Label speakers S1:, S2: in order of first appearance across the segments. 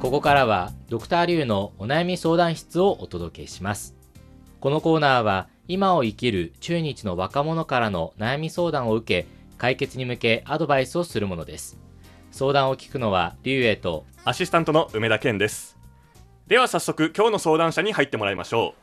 S1: ここからはドクターリュウのお悩み相談室をお届けしますこのコーナーは今を生きる中日の若者からの悩み相談を受け解決に向けアドバイスをするものです相談を聞くのはリュウエイと
S2: アシスタントの梅田健ですでは早速今日の相談者に入ってもらいましょ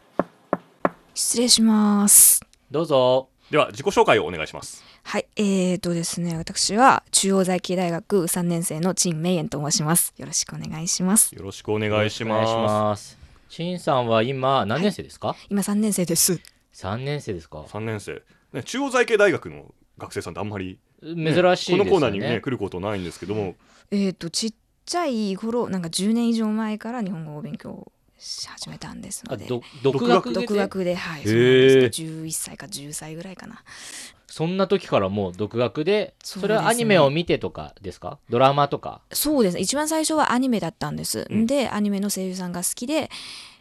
S3: 失礼します。
S1: どうぞ
S2: うでは自己紹介をお願いします
S3: はい、えーとですね、私は中央財系大学3年生の陳明燕と申します。よろしくお願いします。
S2: よろしくお願いします
S1: お願いします陳さんは今何年生ですか、
S3: 今3年生です。
S1: 三年生ですか
S2: 3年生、ね、中央財系大学の学生さんってあんまり、
S1: 珍しい
S2: ね
S1: ですよね
S2: このコーナーにね来ることないんですけども
S3: えーと、ちっちゃい頃、なんか10年以上前から日本語を勉強し始めたんです
S1: あ
S3: ので。
S1: ど独学で
S3: 独学で、はい、
S1: へー
S3: そうなんです11歳か10歳ぐらいかな。
S1: そんな時からもう独学で
S3: そうですね
S1: それはアニメを見てとかですかドラマとか
S3: そうですね、一番最初はアニメだったんです。
S2: うん
S3: で、アニメの声優さんが好きで、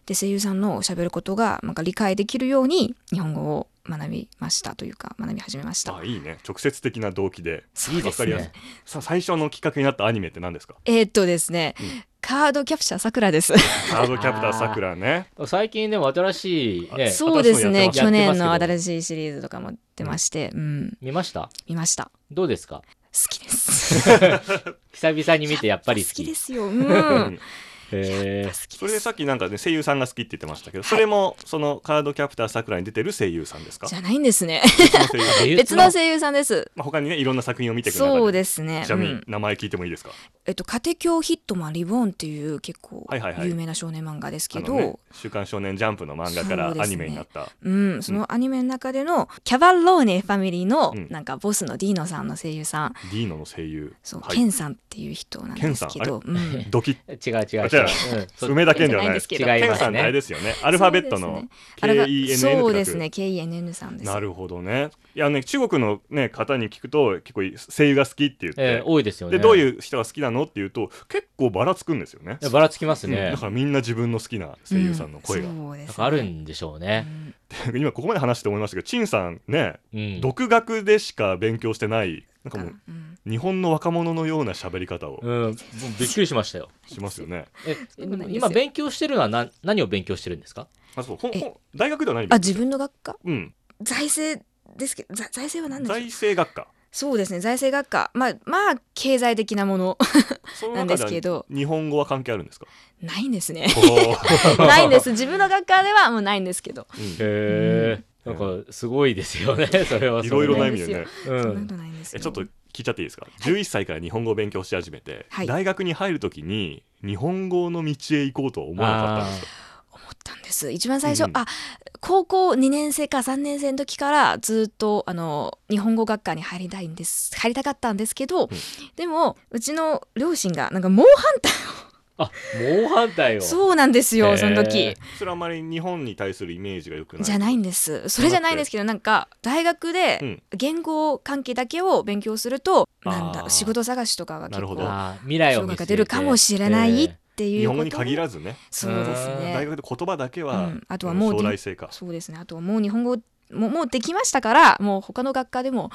S3: で、声優さんの喋ることが、なんか理解できるように、日本語を学びましたというか、学び始めました。
S2: あいいね直接的な動機で
S3: そうです
S2: わかりやすいさ最初のきっかけになったアニメって何ですか
S3: えーっとですね、
S2: うん
S3: カードキャプチャーさくらです。
S2: カードキャプターさくらね
S1: 最近でも新しい ね
S3: そうですね、
S2: 新しい
S1: の
S3: 去
S1: やってます
S3: 年の
S1: やって
S3: 新しいシリーズとかも出まして、うん、
S1: 見ました
S3: 見ました。
S1: どうですか
S3: 好きです。やっ
S1: 久々に見てやっぱり好
S3: 好
S1: き
S3: きですよ。うん。好
S1: へー
S3: き
S2: そ
S3: で。
S2: れですさっきなんかね声優さんが好きって言ってましたけどそれもそのカードキャプターさくらに出てる声優さんですか
S3: じゃないんですね。
S2: 別の声優さん
S3: 別の声優さんです。
S2: まあ他にねいろんな作品を見ていく
S3: そ
S2: 中
S3: う
S2: で
S3: ですね。
S2: ちなみ
S3: う
S2: に
S3: ん
S2: 名前聞いてもいいですか
S3: えっと、家庭教ヒットマンリボーンっていう結構
S2: はいはいはい
S3: 有名な少年漫画ですけ
S2: あ
S3: ど、
S2: のね「週刊少年ジャンプ」の漫画から
S3: そうです
S2: ア
S3: ね
S2: ニメになった、
S3: うん、そのアニメの中でのキャバローネファミリーの
S2: うん
S3: なんかボスのディーノさんの声優さん、
S2: ディーノの声優
S3: そう、
S2: はい
S3: ケンさんっていう人なんですけど、うん
S2: ドキッ
S1: 違う違う違う
S2: あ違う
S1: うんそう
S2: 梅田健ではないです
S3: ケン
S1: じゃないんですけど
S2: 健さんってあれですよねアルファベットの
S3: あれが
S2: KENN って書
S3: そう
S2: く
S3: ですね KENN さんです
S2: なるほどねいやね中国の、ね、方に聞くと結構声優が好きって言って、
S1: えー多いですよね
S2: でどういうう人が好きなのっていうと結構ばらつくんですよね
S1: ばらつきます
S2: うん
S1: ね
S2: だからみんな自分の好きな声優さんの声が、
S3: うんそうですね
S1: なんかあるんでしょうね
S3: うん
S2: 今ここまで話して思いましたけど陳さんね、
S1: うん
S2: 独学でしか勉強してないなんか
S3: か
S2: もう
S3: なうん
S2: 日本の若者のような喋り方を
S1: うんもうびっくりしましたよ
S2: しますよね、
S1: え
S3: そうなんですよ
S1: 今勉強してるのは何何を勉強してるんですか
S2: あそうほん
S3: え
S2: ほん大学では何勉強
S3: あ自分の学科
S2: うん
S3: 財政ですけどざ財政は何でしょ
S2: 財
S3: う
S2: 政学科
S3: そうですね財政学科まあまあ経済的なもの
S2: その
S3: なん
S2: 中
S3: ですけ
S2: では
S3: ど
S2: 日本語は関係あるん ですか
S3: ないんで すね
S2: おー
S3: ないんです自分の学科ではもうないんですけど
S2: うん
S1: へえ、なんかすごいですよね、それはそれで
S2: いろいろな意
S3: い
S2: 味でね
S1: う
S3: そんなこ
S1: ん、
S3: とないんです
S2: え
S3: よ
S2: ちょっと聞いちゃっていいですか、11歳から日本語を勉強し始めて、
S3: はい
S2: 大学に入るときに日本語の道へ行こうとは思わなかったんですか
S3: 思ったんです一番最初、
S2: うん
S3: あ高校2年生か3年生の時からずっとあの日本語学科に入りたいんです入りたかったんですけど、でもうちの両親がなんか猛反対
S1: あ猛反対を
S3: そうなんですよその
S1: へ
S3: 時
S2: それはあまり日本に対するイメージが良くない
S3: じゃないんですそれじゃないんですけどなんか大学
S2: う
S3: で
S2: ん
S3: 言語関係だけを勉強すると、
S2: あー
S3: なんだ仕事探しとかが
S2: な
S3: 結
S2: るほ
S3: 構
S2: ど
S1: あー未来を
S3: 障
S1: 見据え
S3: 害
S1: て
S3: が出るかもしれない
S1: え
S3: ってい
S2: 日
S3: うこ
S2: 本
S3: と
S2: 語
S3: を
S2: に限らずね
S3: そうです
S1: うん
S3: ね
S2: 大学で言葉だけは、
S3: うんあとはもう
S2: 将来性か
S3: そうですねあとはもう日本語ももうできましたからもう他の学科でも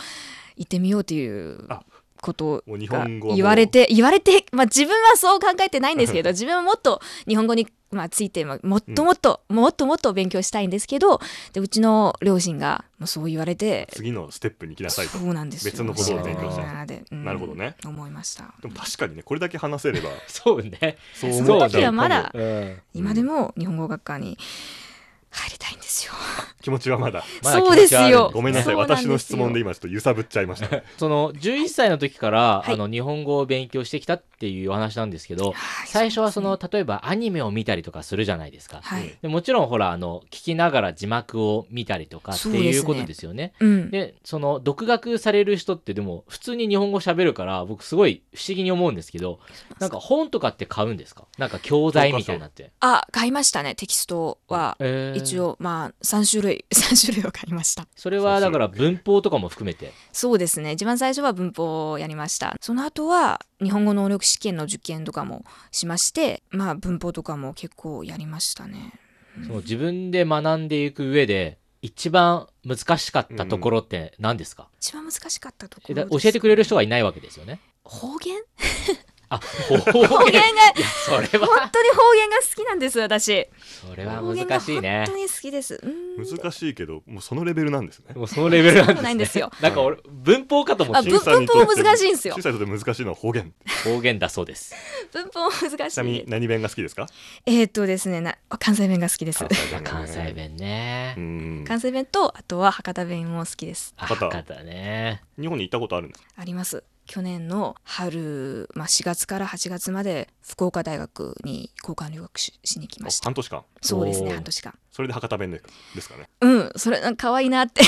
S3: 行ってみようという
S2: あ
S3: こと
S2: もう日
S3: が
S2: 本語はもう
S3: 言われて言われて、まあ、自分はそう考えてないんです けど自分はもっと日本語に、まあ、ついて、まあ、もっともっと、もっともっと勉強したいんですけどでうちの両親がもうそう言われて
S2: 次のステップに行きなさいと
S3: そうなんですよ
S2: 別のこと
S1: を勉強したい
S3: なので、うん
S2: なるほどね
S3: 思いました
S2: でも確かにねこれだけ話せれ ば
S1: そうね、
S2: そう
S3: そ
S2: 思
S3: の
S2: っちゃ
S3: 時
S2: う
S3: は
S2: かも
S3: まだ
S1: うん、
S3: 今でも日本語学科に入りたいんですよ
S2: 気持ちはまだ
S1: まだ気
S3: そう
S1: 持
S3: で
S1: ち
S3: す
S1: はある
S3: よ
S2: ごめんなさい
S3: そうなんです
S2: 私
S3: よ
S2: の質問で今ちょっと揺さぶっちゃいました
S1: その11歳の時から、
S3: はい
S1: あの日本語を勉強してきたっていうお話なんですけど、
S3: はい
S1: 最初はその例えばアニメを見たりとかするじゃないですか。
S3: は
S2: うん
S3: い、
S1: でもちろんほらあの聞きながら字幕を見たりとかって
S3: そうで
S1: い
S3: す
S1: う
S3: ね
S1: ことですよね。
S3: うん、
S1: でその独学される人ってでも普通に日本語喋るから僕すごい不思議に思うんですけどなんか本とかって買うんですかなんか教材みたいなって、
S3: あ買いましたねテキストは
S1: えー
S3: 一応まあ3種類 三種類を買いました
S1: それはだから文法とかも含めて
S3: そうですね一番最初は文法をやりましたその後は日本語能力試験の受験とかもしましてまあ文法とかも結構やりましたね
S1: その自分で学んでいく上で一番難しかったところって何ですか、
S3: 一番難しかったとこ
S1: え
S3: ろ
S1: だ
S3: です
S1: 教えてくれる人がいないわけですよね
S3: 方言
S1: あ、 方言。
S3: 方言が
S1: いやそれ
S3: 本
S1: は、
S3: 当に方言が好きなんです私
S1: それは
S3: 方言が
S1: 難しいね
S3: 本。当に好きですうーん
S2: 難しいけどもうそのレベルなんですね
S1: もうそのレベルなんです,、ね、
S3: ないんですよ
S1: なんか俺、文法かと思っ
S3: あ
S1: て
S3: ぶ文法
S2: とって
S3: 難しいんですよ
S2: 審査にとって難しいのは方言
S1: 方言だそうです。
S3: 文法難
S2: ちなみ
S3: し
S2: に
S3: い
S2: 何弁が好きですか
S3: えっとですねな関西弁が好きです
S2: 弁ね
S1: 関西弁
S2: う
S1: ね。
S2: ん
S3: 関西弁とあとは博多弁も好きです
S1: あ、
S2: 博多
S1: 博多ね。
S2: 日本に行ったことあるんですか
S3: あります去年の春、まあ、4月から8月まで福岡大学に交換留学ししに来まし
S2: あ
S3: た
S2: 半年間
S3: そうです
S1: お
S3: ね
S1: ー
S3: 半年間
S2: それで博多弁でですかね
S3: うんそれなんか可愛いなって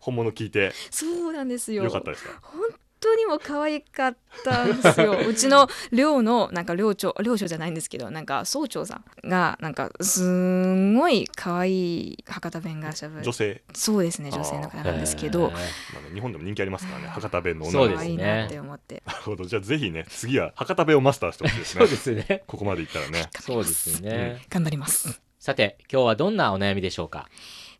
S2: 本物聞いて
S3: そうなんですよ
S2: よかったですか
S3: 本当にもう可愛かったんですよ うちの寮のなんか寮長寮長じゃないんですけどなんか総長さんがなんかすんごい可愛い博多弁がしゃべる
S2: 女性、
S3: そうですね女性の方なんですけど
S1: へ
S2: まあね、日本でも人気ありますからね博多弁の女
S1: そ
S2: の
S1: う
S2: 子
S1: で
S3: 可
S1: す
S3: 愛い
S1: ね
S3: なって思って
S2: なるほどじゃあぜひね次は博多弁をマスターしてほしいで
S1: ー
S2: す
S1: そ
S2: ね
S1: うですね。
S2: ここまでいったら ね
S1: そうですね。
S3: 頑張ります
S1: さて、今日はどんなお悩みでしょうか。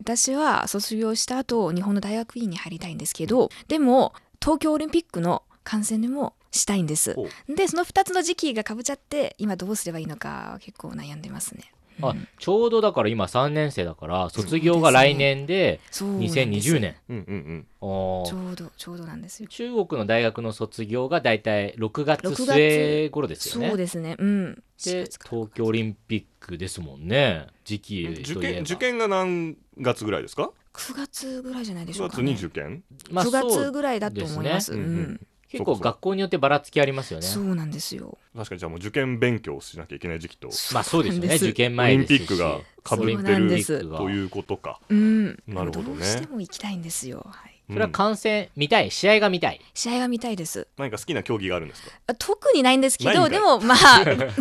S3: 私は卒業した後日本の大学院に入りたいんですけどでも東京オリンピックの観戦でもしたいんです
S2: お
S3: でその2つの時期がかぶっちゃって今どうすればいいのか結構悩んでますね、うん
S1: あちょうどだから今3年生だから卒業が来年で
S3: そうなんです
S1: 2020年。
S2: うんうんうん
S1: おー
S3: ちょうどちょうどなんですよ
S1: 中国の大学の卒業がだいたい6月
S3: 6
S1: 末頃ですよね。
S3: そうですねうん
S1: で東京オリンピックですもんね時期
S2: 受
S1: といえば
S2: 験受験が何月ぐらいですか
S3: 9月ぐらいじゃないでしょ
S2: 9
S3: うか、
S2: 月
S3: ね、
S2: に
S3: 9
S2: 受験
S1: まあそ
S3: 月
S1: う
S3: ぐらいだと思います
S2: ですね
S3: う
S2: う
S3: ん
S2: んうん
S1: 結構学校によってばらつきありますよね
S3: そうなんですよ
S2: 確かにじゃあもう受験勉強をしなきゃいけない時期と
S1: まあそうですよね
S3: そうなんです
S1: 受験前ですし
S2: オリンピックが被
S3: ってる
S1: そうなんです
S2: ということか
S3: うん
S2: なるほどね
S3: どうしても行きたいんですよ、はい、
S1: それは観戦見たい試合が見たい
S3: 試合は見たいです
S2: 何か好きな競技があるんですか
S3: あ特にないんですけ
S2: ないん
S3: ど
S2: かい
S3: でもまあ なんだろ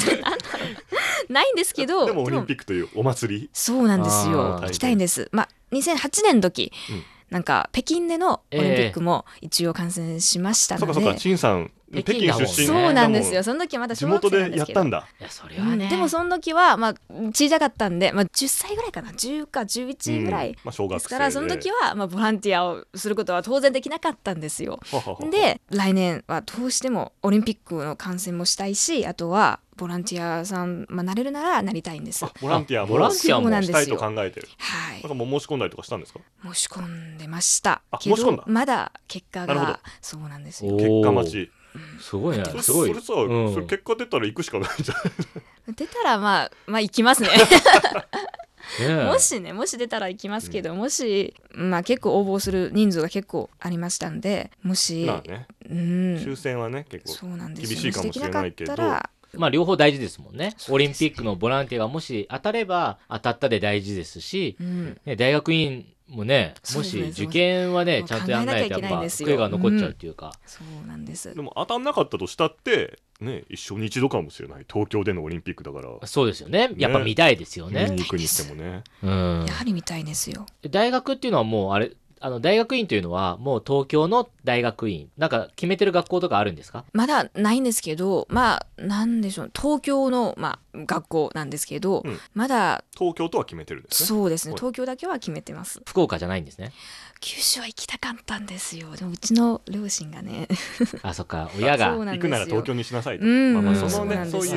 S3: うないんですけど
S2: でもオリンピ
S3: ック
S2: ックというお祭り
S3: そうなんですよ
S1: あー
S3: 行きたいんですまあ2008年の時、
S2: うん
S3: なんか北京でのオリンピックも一応観戦しました
S2: そ
S3: の
S2: うか
S3: で、
S2: そうか陳さん
S1: 北
S2: 北
S1: 京だ
S2: 京
S1: もん
S2: 出
S1: ね
S2: 身
S3: そうなんですよ
S2: だ
S3: その時
S2: も
S3: はま
S2: ん
S3: だ
S2: 地
S3: 小学
S2: 元
S3: 生なん
S2: で
S3: で
S2: やっ
S3: すけ
S2: た
S3: ど
S2: んだ
S1: いやそれ
S3: う
S1: は
S3: ん
S1: ね
S3: でもその時は、まあ、小さかったんで、まあ、10歳ぐらいかな10か11ぐら
S2: うん
S3: い
S2: まあ小
S3: で
S2: 学
S3: す
S2: 生
S3: から、その時は、まあ、ボランティアをすることは当然できなかったんですよ。
S2: はははは
S3: で来年はどうしてもオリンピックの観戦もしたいしあとはボランティアさん、まあ、なれるならなりたいんです。
S2: あボランティア
S1: ボラ
S2: も
S1: ンティア
S3: そうな
S1: も
S3: ん
S2: し
S3: で
S2: たい
S3: す
S2: と
S3: よ。
S2: 考えてる
S3: は
S2: なんかもう申し込んだりとかしたんですか
S3: い、申し込んでました
S2: あ
S3: けど
S2: 申し込んだ
S3: まだ結果
S2: なるほど
S3: がそうなんですよ
S1: おー
S2: 結果待ち
S1: すごいね
S2: それ
S1: すごい
S2: それさ、
S1: うん
S2: それ結果出たら行くしかないじゃない
S3: 出たらまあまあ行 きますね
S1: ねえ
S3: もしねもし出たら行きますけど、もし、まあ、結構応募する人数が結構ありましたんでもし、
S2: まあね
S3: うん
S2: 抽選はね結
S3: そ
S2: 構
S3: うなんですよ
S2: 厳しいかもしれないけど
S3: できなかったら
S1: まあ両方大事ですもんねオリンピックのボランティアがもし当たれば当たったで大事ですし
S3: うん
S1: ね、大学院もね、
S3: そ
S1: も
S3: うです
S1: し
S3: ね
S1: 受験はね、
S3: そう
S1: ちゃんとやらないと、やっ
S3: 考えなきゃいけない
S1: ぱ
S3: んですよ
S1: 悔いが残っちゃうっていうか、
S3: そうなんです
S2: でも当たんなかったとしたってね一生に一度かもしれない東京でのオリンピックだから
S1: そうですよね、やっぱ見たいですよね。
S2: 見に行くにしてもね
S1: うん
S3: や、はり見たいですよ
S1: 大学っていうのはもう、あれ、あの大学院というのは、もう東京の大学院、なんか決めてる学校とかあるんですか
S3: まだないんですけどまあなんでしょう東京の、まあ、学校なんですけど、
S2: うん
S3: まだ
S2: 東京とは決めてるんですね
S3: そうですね
S2: はい
S3: 東京だけは決めてます
S1: 福岡じゃないんです ね。
S3: 九州は行きたかったんですよでもうちの両親がね
S1: あ、そっか、親が。
S3: そう
S1: 考
S3: なん
S2: 行
S3: です
S2: く
S3: よ
S2: なら東京にしなさいと、
S3: うん
S2: まあ、まあ
S1: うん
S2: そのね
S1: そなんです
S2: そうう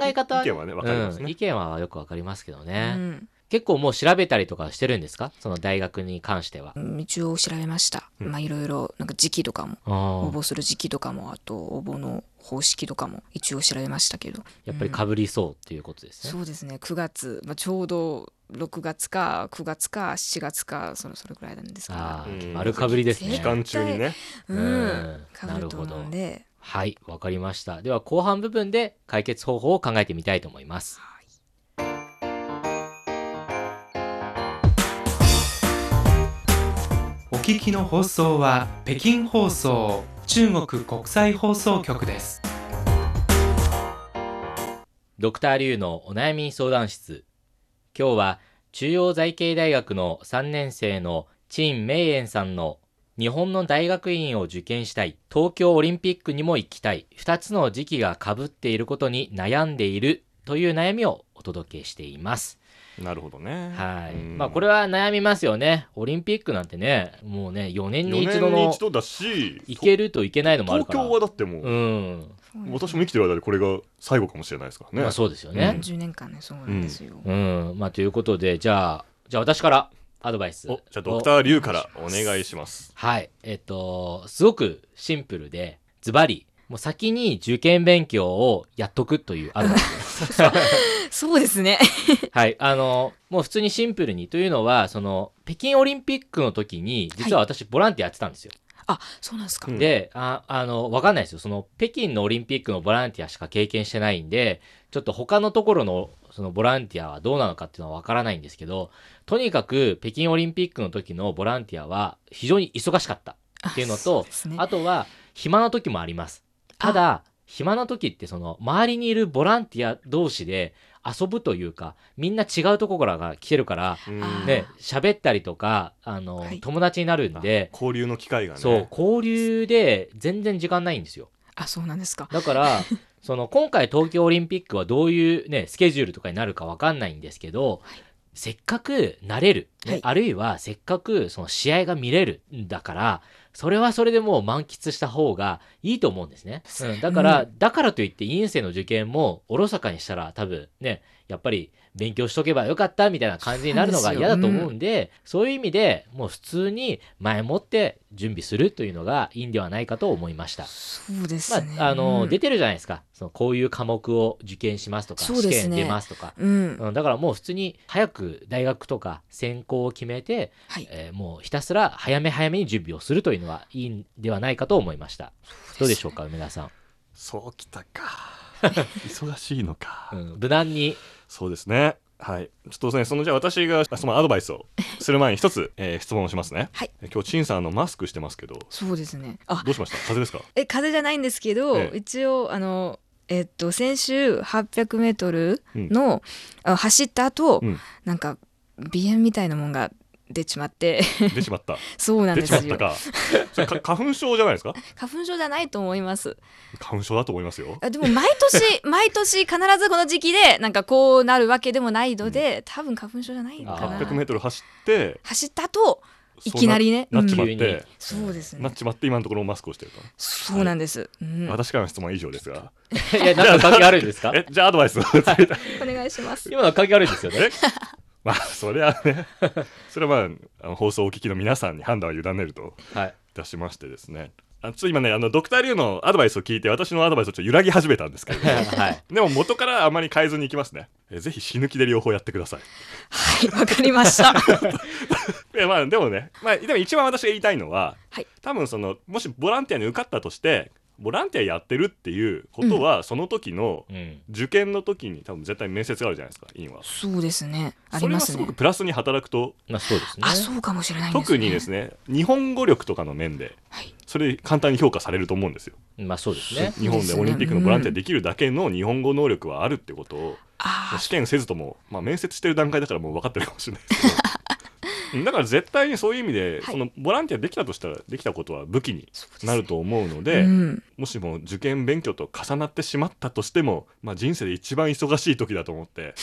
S2: いう
S1: え方は
S2: 意見はね分かります
S1: うん、
S2: ね
S1: 意、見はよくわかりますけど
S3: う
S1: ね、
S3: ん
S1: 結構もう調べたりとかしてるんですかその大学に関しては。
S3: 一応調べました、
S2: うん
S3: まあいろいろなんか時期とかも応
S1: ああ
S3: 募する時期とかもあと応募の方式とかも一応調べましたけど
S1: やっぱりかぶりそうっていうことですね。
S3: そうですね9月、まあ、ちょうど6月か9月か7月かそのそれぐらいなんです
S1: あ
S3: か
S1: あ、
S2: うん
S1: 丸かぶりですね。
S3: うん
S2: 期間中にね
S3: らう
S1: うん
S3: んかぶると思うんで
S1: はい、わかりました。では後半部分で解決方法を考えてみたいと思います。
S3: はい
S4: お聞きの放送は北京放送中国国際放送局です
S1: ドクターリュウのお悩み相談室。今日は中央財系大学の3年生の陳明燕さんの日本の大学院を受験したい、東京オリンピックにも行きたい、2つの時期がかぶっていることに悩んでいるという悩みをお届けしています。
S2: なるほどね。
S1: はい。
S2: うん
S1: まあこれは悩みますよね。オリンピックなんてね、もうね、4年に
S2: 4
S1: 一
S2: 年
S1: 度
S2: に
S1: の
S2: 一度だし、
S1: 行けるといけないのもある
S2: 東
S1: から。
S2: 京はだってもう、
S1: うん。
S2: 私も生きてる間でこれが最後かもしれないですからね。
S1: まあそうですよね。
S3: 10年間ねそうなんですよ、
S1: うん。まあということで、じゃあ、じゃあ私からアドバイス。
S2: おじゃあドクター・リュウからお願いします。
S1: はい。えっ、と、すごくシンプルで、ズバリ、もう先に受験勉強をやっとくというアドバイス
S3: そうですね
S1: はい、あのもう普通にシンプルにというのはその北京オリンピックの時に実は私ボランティアやってたんですよ。
S3: あそうなんですか、
S2: うん
S1: でああの分かんないですよその北京のオリンピックのボランティアしか経験してないんでちょっと他のところのそのボランティアはどうなのかっていうのは分からないんですけどとにかく北京オリンピックの時のボランティアは非常に忙しかった。っていうのと
S3: あそうですね
S1: あとは暇な時もあります。ただ暇な時ってその周りにいるボランティア同士で遊ぶというかみんな違うところからが来てるから
S2: うん
S3: あー
S1: ね喋ったりとかあの、
S3: はい
S1: 友達になるんで、
S2: 交流の機会がね。
S1: そう交流で全然時間ないんですよ。
S3: あそうなんですか
S1: だから その今回東京オリンピックはどういう、ね、スケジュールとかになるかわかんないんですけど、せっかく慣れる、ね
S3: はい
S1: あるいはせっかくその試合が見れるんだからそれはそれでもう満喫した方がいいと思うんですね、うん、だから、
S3: う
S1: だからといって院生の受験もおろそかにしたら多分ねやっぱり勉強しとけばよかったみたいな感じになるのが嫌だと思うんでそういう意味でもう普通に前もって準備するというのがいいんではないかと思いました。
S3: そうですね、
S1: まあ、あの、
S3: うん
S1: 出てるじゃないですかそのこういう科目を受験しますとか、
S3: そう
S1: 試
S3: ですね
S1: 験出ますとか、
S3: うん
S1: うん、だからもう普通に早く大学とか専攻を決めて、
S3: はい
S1: えーもうひたすら早め早めに準備をするというのはいいんではないかと思いましたどうでしょうか梅田 さん、
S2: そうき たか。忙しいのか。
S1: うん、無難に
S2: そうですね。はい、ちょっとね、そのじゃあ私がそのアドバイスをする前に一つ、 えー質問をしますね。
S3: はい
S2: えー今日陳さんあのマスクしてますけど、
S3: そうですねあ
S2: どうしました？風邪ですか？
S3: え風邪じゃないんですけど、
S2: ええ
S3: 一応あのえっと先週 800m の、あ走った後、
S2: うん
S3: なんか鼻炎みたいなもんが出ちまって
S2: 出ちまった。
S3: そうなん
S2: 出
S3: で
S2: ちますった
S3: よ
S2: か。それか花粉症じゃないですか？
S3: 花粉症じゃないと思います
S2: 花粉症だと思いますよ。
S3: あでも毎 年毎年必ずこの時期でなんかこうなるわけでもないので、多分花粉症じゃないのか
S1: あ
S3: な
S2: 800メートル走って、
S3: 走った後いきなりね
S2: そうなっちまっ
S1: 急に
S2: て、
S3: そうです
S2: な
S3: ね
S2: っちまって今のところマスクをしてると。
S3: そうなんです、うん、
S2: 私からの質問は以上ですが、
S1: いやなんか関係あるんです か
S2: えじゃあアドバイスを。
S3: お願いします
S1: 今のは関係あるんですよね
S2: えまあそれはね、それはまああの放送をお聞きの皆さんに判断を委ねると。
S1: はい
S2: 出しましてですねあちょっと今ねあのドクター・リュウのアドバイスを聞いて私のアドバイスをちょっと揺らぎ始めたんですけれども
S1: はい
S2: でも元からあまり変えずにいきますねえぜひ死ぬ気で両方やってください
S3: はいわかりました
S2: いやまあでもね、まあ、でも一番私が言いたいのは、
S3: はい
S2: 多分そのもしボランティアに受かったとしてボランティアやってるっていうことは、その時の
S1: うん
S2: 受験の時に多分絶対面接があるじゃないですか院は。
S3: そうですねあ
S2: そ
S3: り
S2: れは
S3: ます
S2: す
S3: ね
S2: ごくプラスに働くと
S1: まあそうですね
S3: あそうかもしれないんです、ね、
S2: 特にですね日本語力とかの面で
S3: はい
S2: それ簡単に評価されると思うんですよ。
S1: まあそうですね
S2: 日本でオリンピックのボランティアできるだけの日本語能力はあるってことを
S3: あ
S2: 試験せずとも、まあ、面接してる段階だからもう分かってるかもしれないですけ どだから絶対にそういう意味で、
S3: はい
S2: そのボランティアできたとしたらできたことは武器に
S3: そうですね
S2: なると思うの
S3: ー
S2: で
S3: うん、
S2: もしも受験勉強と重なってしまったとしても、まあ、人生で一番忙しい時だと思って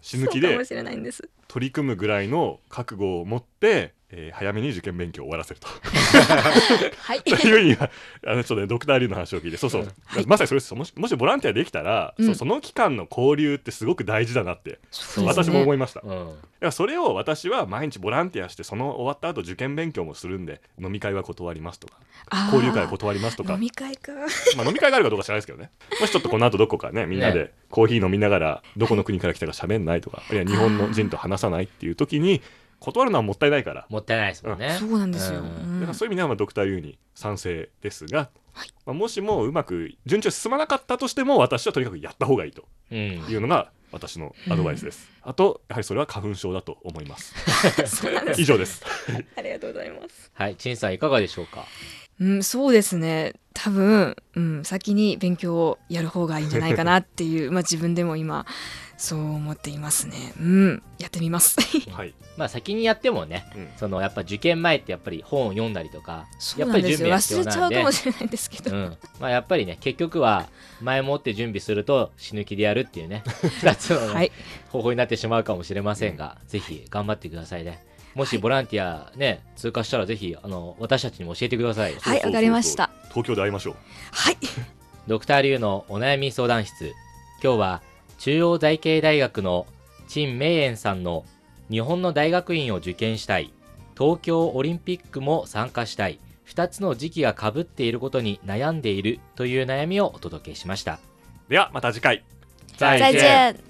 S2: 死ぬ気
S3: そうか
S2: で
S3: もしれないんです
S2: 取り組むぐらいの覚悟を持って、えー早めに受験勉強を終わらせると。
S3: はい
S2: というふうにはあのちょっとねドクター・リュウの話を聞いてそうそう、まさにそれですもしもしボランティアできたら、
S3: うん
S2: そうその期間の交流ってすごく大事だなって、
S3: そうですね
S2: 私も思いました、
S1: う
S2: だか
S1: ん、うん
S2: らそれを私は毎日ボランティアしてその終わった後受験勉強もするんで飲み会は断りますとか
S3: あー
S2: 交流会は断りますとか
S3: 飲み会か
S2: まあ、飲み会があるかどうか知らないですけどねもしちょっとこの後どこかねみんなでコーヒー飲みながらどこの国から来たか喋んないとかいや日本の人と話さないっていう時に断るのはもったいないから
S1: もったいないですもんね、
S3: そうなんですよ、
S1: うん
S3: うん
S2: だからそういう意味ではまあドクター・リュウに賛成ですが、まあ、もしもうまく順調に進まなかったとしても私はとにかくやった方がいいと
S1: うん
S2: いうのが私のアドバイスです、あとやはりそれは花粉症だと思います 以上です
S3: ありがとうございます
S1: はい、陳さんいかがでしょうか。
S3: うんそうですね多分、うん、先に勉強をやる方がいいんじゃないかなっ ていうまあ自分でも今そう思っていますね。うん、やってみます。
S2: はい、
S1: まあ先にやってもね、
S2: うん
S1: そのやっぱ受験前ってやっぱり本を読んだりとか、
S3: そう
S1: やっ
S3: な
S1: ぱ
S3: ん
S1: り
S3: で
S1: 準
S3: す
S1: 備
S3: よ
S1: が必要
S3: 忘れ
S1: なん
S3: ち
S1: で。
S3: ゃうかもしれないんですけど、
S1: うん、まあやっぱりね結局は前もって準備すると死ぬ気でやるっていう ね2つのね、
S3: はい
S1: 方法になってしまうかもしれませんが、ぜひ頑張ってくださいねもし
S3: はい
S1: ボランティアね通過したらぜひあの私たちにも教えてください
S3: は
S2: そ
S3: い
S2: うそうそうそう
S3: わかりました
S2: 東京で会いましょう
S3: はい、
S1: ドクターリュウのお悩み相談室今日は中央財系大学の陳明燕さんの日本の大学院を受験したい東京オリンピックも参加したい2つの時期がかぶっていることに悩んでいるという悩みをお届けしました
S2: ではまた次回
S3: 再见。